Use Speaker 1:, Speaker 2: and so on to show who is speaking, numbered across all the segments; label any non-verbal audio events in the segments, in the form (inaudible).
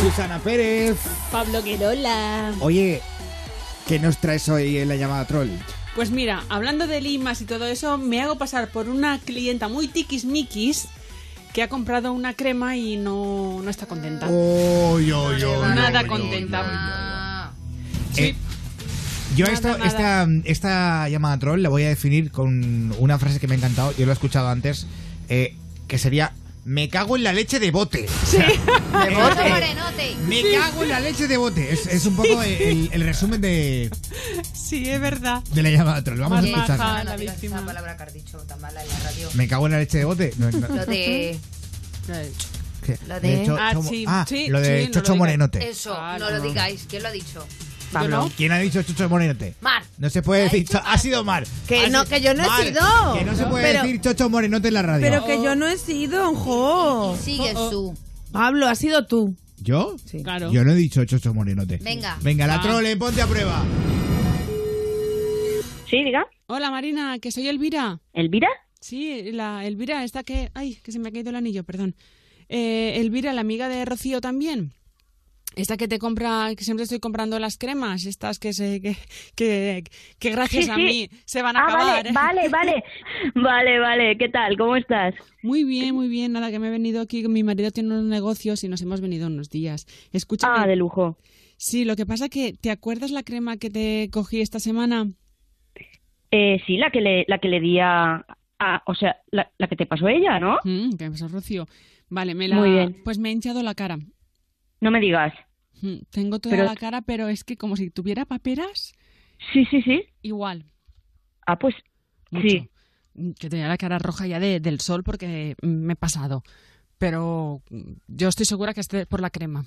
Speaker 1: Susana Pérez.
Speaker 2: Pablo Querola.
Speaker 1: Oye, ¿qué nos traes hoy en la llamada troll?
Speaker 3: Pues mira, hablando de limas y todo eso, me hago pasar por una clienta muy tiquismiquis que ha comprado una crema y no, no está contenta.
Speaker 1: Oh, Oy, oy, oy,
Speaker 3: Ah. Nada
Speaker 1: oy,
Speaker 3: contenta.
Speaker 1: oy. Eh, yo
Speaker 3: Nada,
Speaker 1: esto-
Speaker 3: nada.
Speaker 1: Esta, esta llamada troll la voy a definir con una frase que me ha encantado, yo lo he escuchado antes, eh, que sería, me cago en la leche de bote.
Speaker 3: (laughs)
Speaker 1: Sí.
Speaker 4: Gordo morenote.
Speaker 1: eh, Me cago en la leche de bote. Es, es un poco el, el resumen de,
Speaker 3: Sí, es verdad.
Speaker 1: de la llamada troll. Vamos a
Speaker 3: Más maja.
Speaker 1: escucharla.
Speaker 3: Ah, la
Speaker 4: no digas
Speaker 3: víctima.
Speaker 4: esa palabra que has dicho tan mala en la radio.
Speaker 1: Me cago en la leche de bote. No, no.
Speaker 4: Lo de...
Speaker 1: ¿Qué?
Speaker 4: Lo de-
Speaker 1: cho-
Speaker 3: Ah,
Speaker 1: chomo-
Speaker 3: sí,
Speaker 1: ah,
Speaker 3: sí,
Speaker 1: lo de
Speaker 3: sí, no
Speaker 1: Chocho
Speaker 3: lo digas.
Speaker 1: Morenote.
Speaker 4: Eso,
Speaker 3: Claro.
Speaker 4: no lo digáis. ¿Quién lo ha dicho?
Speaker 3: Pablo.
Speaker 1: ¿Quién ha dicho Chocho Morenote?
Speaker 4: Mar.
Speaker 1: No se puede decir. cho- Ha sido mal.
Speaker 5: Que
Speaker 1: Ha
Speaker 5: no,
Speaker 1: sido-
Speaker 5: que yo no he
Speaker 1: Mar,
Speaker 5: sido.
Speaker 1: Que no se puede
Speaker 5: Pero-
Speaker 1: decir Chocho Morenote en la radio.
Speaker 5: Pero que yo no he sido, jo.
Speaker 4: Sigue su.
Speaker 5: Pablo, has sido tú.
Speaker 1: ¿Yo?
Speaker 3: Claro.
Speaker 1: Yo no he dicho Chocho Morenote.
Speaker 4: Venga.
Speaker 1: Venga, la
Speaker 3: Ah.
Speaker 1: trole, ponte a prueba.
Speaker 6: Sí, diga.
Speaker 3: Hola Marina, que soy Elvira.
Speaker 6: ¿Elvira?
Speaker 3: Sí, la Elvira, esta que... Ay, que se me ha caído el anillo, perdón. Eh, Elvira, la amiga de Rocío también. Esta que te compra, que siempre estoy comprando las cremas, estas que se, que, que, que gracias
Speaker 6: Sí,
Speaker 3: a
Speaker 6: sí.
Speaker 3: mí se van a
Speaker 6: Ah,
Speaker 3: acabar. ¿eh?
Speaker 6: vale, vale,
Speaker 3: (laughs)
Speaker 6: vale. Vale, vale. ¿Qué tal? ¿Cómo estás?
Speaker 3: Muy bien, muy bien. Nada, que me he venido aquí. Mi marido tiene unos negocios y nos hemos venido unos días. Escúchame.
Speaker 6: Ah, de lujo.
Speaker 3: Sí, lo que pasa que, ¿te acuerdas la crema que te cogí esta semana?
Speaker 6: Eh, sí, la que le, la que le di a, a- o sea, la, la que te pasó ella, ¿no?
Speaker 3: Mm, que me pasó Rocío. Vale, me la...
Speaker 6: Muy bien.
Speaker 3: Pues me he hinchado la cara.
Speaker 6: No me digas.
Speaker 3: Mm, Tengo toda
Speaker 6: Pero-
Speaker 3: la cara, pero es que como si tuviera paperas,
Speaker 6: Sí, sí, sí.
Speaker 3: igual.
Speaker 6: Ah, pues
Speaker 3: Mucho.
Speaker 6: Sí.
Speaker 3: Mm, Que tenía la cara roja ya de- del sol porque mm, me he pasado. Pero mm, yo estoy segura que es de- por la crema.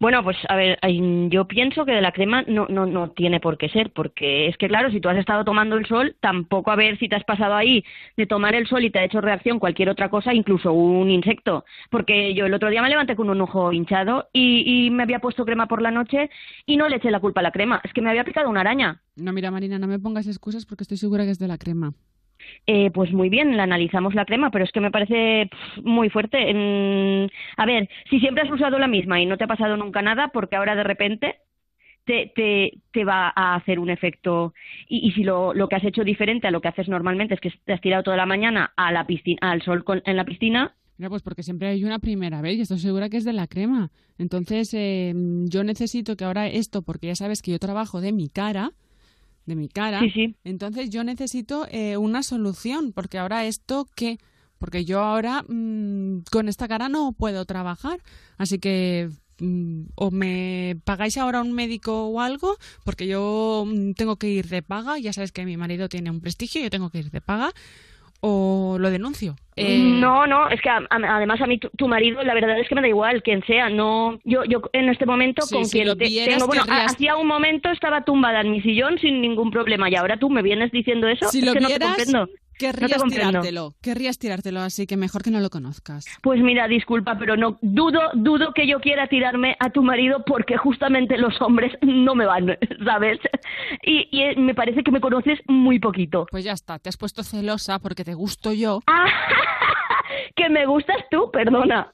Speaker 6: Bueno, pues a ver, ay, yo pienso que de la crema no, no, no tiene por qué ser, porque es que claro, si tú has estado tomando el sol, tampoco a ver si te has pasado ahí de tomar el sol y te ha hecho reacción cualquier otra cosa, incluso un insecto. Porque yo el otro día me levanté con un ojo hinchado y, y me había puesto crema por la noche y no le eché la culpa a la crema, es que me había picado una araña.
Speaker 3: No, mira, Marina, no me pongas excusas porque estoy segura que es de la crema.
Speaker 6: Eh, pues muy bien, la analizamos la crema, pero es que me parece pf, muy fuerte. Mm, a ver, si siempre has usado la misma y no te ha pasado nunca nada, porque ahora de repente te, te, te va a hacer un efecto. Y, y si lo, lo que has hecho diferente a lo que haces normalmente es que te has tirado toda la mañana a la piscina, al sol con- en la piscina,
Speaker 3: Mira, pues porque siempre hay una primera vez y estoy segura que es de la crema. Entonces, eh, yo necesito que ahora esto, porque ya sabes que yo trabajo de mi cara, de mi cara,
Speaker 6: sí, sí.
Speaker 3: entonces yo necesito eh, una solución, porque ahora esto qué, porque yo ahora mm, con esta cara no puedo trabajar, así que mm, o me pagáis ahora un médico o algo, porque yo mm, tengo que ir de paga, ya sabes que mi marido tiene un prestigio, yo tengo que ir de paga, o lo denuncio. Eh,
Speaker 6: No, no, es que a- a- además a mí tu, tu marido, la verdad es que me da igual quien sea. No, yo, yo en este momento
Speaker 3: Sí,
Speaker 6: con
Speaker 3: si
Speaker 6: quien
Speaker 3: lo
Speaker 6: te-
Speaker 3: vieras,
Speaker 6: tengo, bueno, a-
Speaker 3: querrías-
Speaker 6: hacía un momento estaba tumbada en mi sillón sin ningún problema y ahora tú me vienes diciendo eso.
Speaker 3: Si
Speaker 6: es
Speaker 3: lo
Speaker 6: que no te
Speaker 3: vieras,
Speaker 6: comprendo.
Speaker 3: Querrías
Speaker 6: comprendo.
Speaker 3: tirártelo, querrías tirártelo, así que mejor que no lo conozcas.
Speaker 6: Pues mira, disculpa, pero no dudo, dudo que yo quiera tirarme a tu marido porque justamente los hombres no me van, (laughs) ¿sabes? Y, y eh, me parece que me conoces muy poquito.
Speaker 3: Pues ya está, te has puesto celosa porque te gusto yo.
Speaker 6: Ah, que me gustas tú, perdona.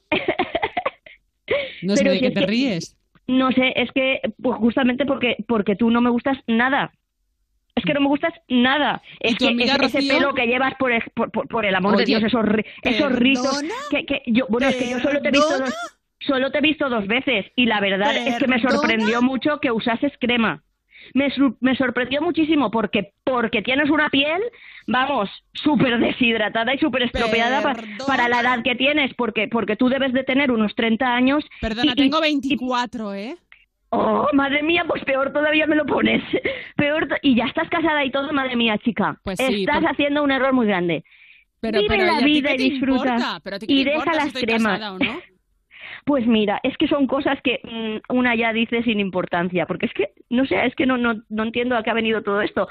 Speaker 3: No sé
Speaker 6: pero
Speaker 3: de
Speaker 6: si
Speaker 3: qué
Speaker 6: es
Speaker 3: te
Speaker 6: que-
Speaker 3: ríes.
Speaker 6: No sé, es que pues justamente porque porque tú no me gustas nada. Es que no me gustas nada.
Speaker 3: ¿Y
Speaker 6: Es
Speaker 3: tu
Speaker 6: que
Speaker 3: amiga
Speaker 6: es- ese
Speaker 3: Rocío?
Speaker 6: pelo que llevas por, el- por, por- por el amor de
Speaker 3: Oye,
Speaker 6: Dios, esos, ri- esos rizos.
Speaker 5: ¿Perdona?
Speaker 6: Que, que yo, bueno, es que yo solo te he visto
Speaker 5: ¿Perdona?
Speaker 6: dos, solo te he visto dos veces y la verdad es que me
Speaker 5: ¿Perdona?
Speaker 6: sorprendió mucho que usases crema. Me, sur- me sorprendió muchísimo porque porque tienes una piel, vamos, súper deshidratada y súper estropeada pa-
Speaker 3: Perdona.
Speaker 6: para la edad que tienes, porque porque tú debes de tener unos 30 años
Speaker 3: Perdona,
Speaker 6: Y- y-
Speaker 3: tengo
Speaker 6: y-
Speaker 3: 24, ¿eh?
Speaker 6: Oh, madre mía, pues peor todavía me lo pones. (laughs) Peor to- y ya estás casada y todo, madre mía, chica.
Speaker 3: Pues sí,
Speaker 6: estás
Speaker 3: por-
Speaker 6: haciendo un error muy grande.
Speaker 3: Pero,
Speaker 6: Vive
Speaker 3: pero,
Speaker 6: la
Speaker 3: ¿y a ti
Speaker 6: vida
Speaker 3: qué
Speaker 6: y
Speaker 3: te
Speaker 6: disfruta.
Speaker 3: importa? ¿Pero a ti qué
Speaker 6: Y
Speaker 3: te
Speaker 6: deja
Speaker 3: importa si
Speaker 6: las
Speaker 3: estoy
Speaker 6: cremas.
Speaker 3: casada o no?
Speaker 6: Pues mira, es que son cosas que mm, una ya dice sin importancia, porque es que no sé, es que no no, no entiendo a qué ha venido todo esto.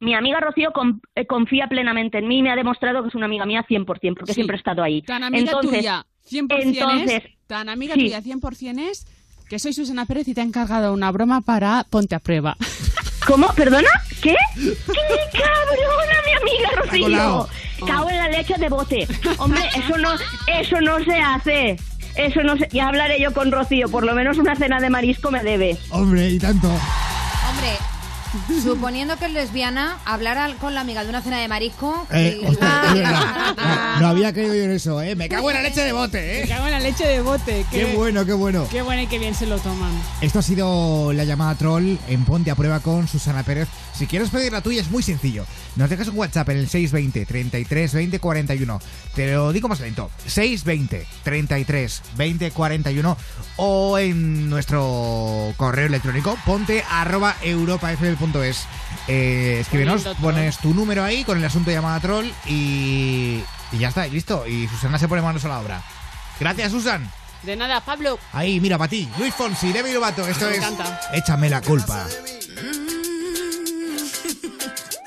Speaker 6: Mi amiga Rocío con- eh, confía plenamente en mí, y me ha demostrado que es una amiga mía 100%, porque
Speaker 3: Sí.
Speaker 6: siempre ha estado ahí.
Speaker 3: Tan amiga
Speaker 6: Entonces,
Speaker 3: tuya, 100%
Speaker 6: entonces,
Speaker 3: es, tan amiga
Speaker 6: sí.
Speaker 3: tuya, 100% es que soy Susana Pérez y te he encargado una broma para Ponte a Prueba.
Speaker 6: ¿Cómo? ¿Perdona? ¿Qué? ¡Qué cabrona, mi amiga Rocío!
Speaker 1: colado.
Speaker 6: Cago en la leche de bote. Hombre, eso no, eso no se hace. Eso no sé, ya hablaré yo con Rocío, por lo menos una cena de marisco me debe.
Speaker 1: Hombre, y tanto.
Speaker 4: Hombre, suponiendo que es lesbiana, hablar al- con la amiga de una cena de marisco.
Speaker 1: Eh,
Speaker 4: y-
Speaker 1: hostia,
Speaker 4: (laughs) Ah,
Speaker 1: es verdad. No, no había creído yo en eso, ¿eh? Me cago en la leche de bote,
Speaker 3: (laughs) Me
Speaker 1: ¿eh?
Speaker 3: cago en la leche de bote.
Speaker 1: Qué
Speaker 3: Qué,
Speaker 1: bueno, qué bueno.
Speaker 3: qué bueno y qué bien se lo toman.
Speaker 1: Esto ha sido la llamada troll en Ponte a Prueba con Susana Pérez. Si quieres pedir la tuya es muy sencillo. Nos dejas un WhatsApp en el 620 33 20 41. Te lo digo más lento. 620 33 20 41 o en nuestro correo electrónico ponte arroba europafm.es. Eh, escríbenos,
Speaker 3: Poniendo troll.
Speaker 1: pones tu número ahí con el asunto llamada troll y, y ya está, y listo. Y Susana se pone manos a la obra. Gracias, Susan.
Speaker 3: De nada, Pablo.
Speaker 1: Ahí, mira, para ti. Luis Fonsi, Demi Lovato. Esto
Speaker 3: Me
Speaker 1: es.
Speaker 3: encanta.
Speaker 1: Échame la culpa.
Speaker 7: pasa de mí?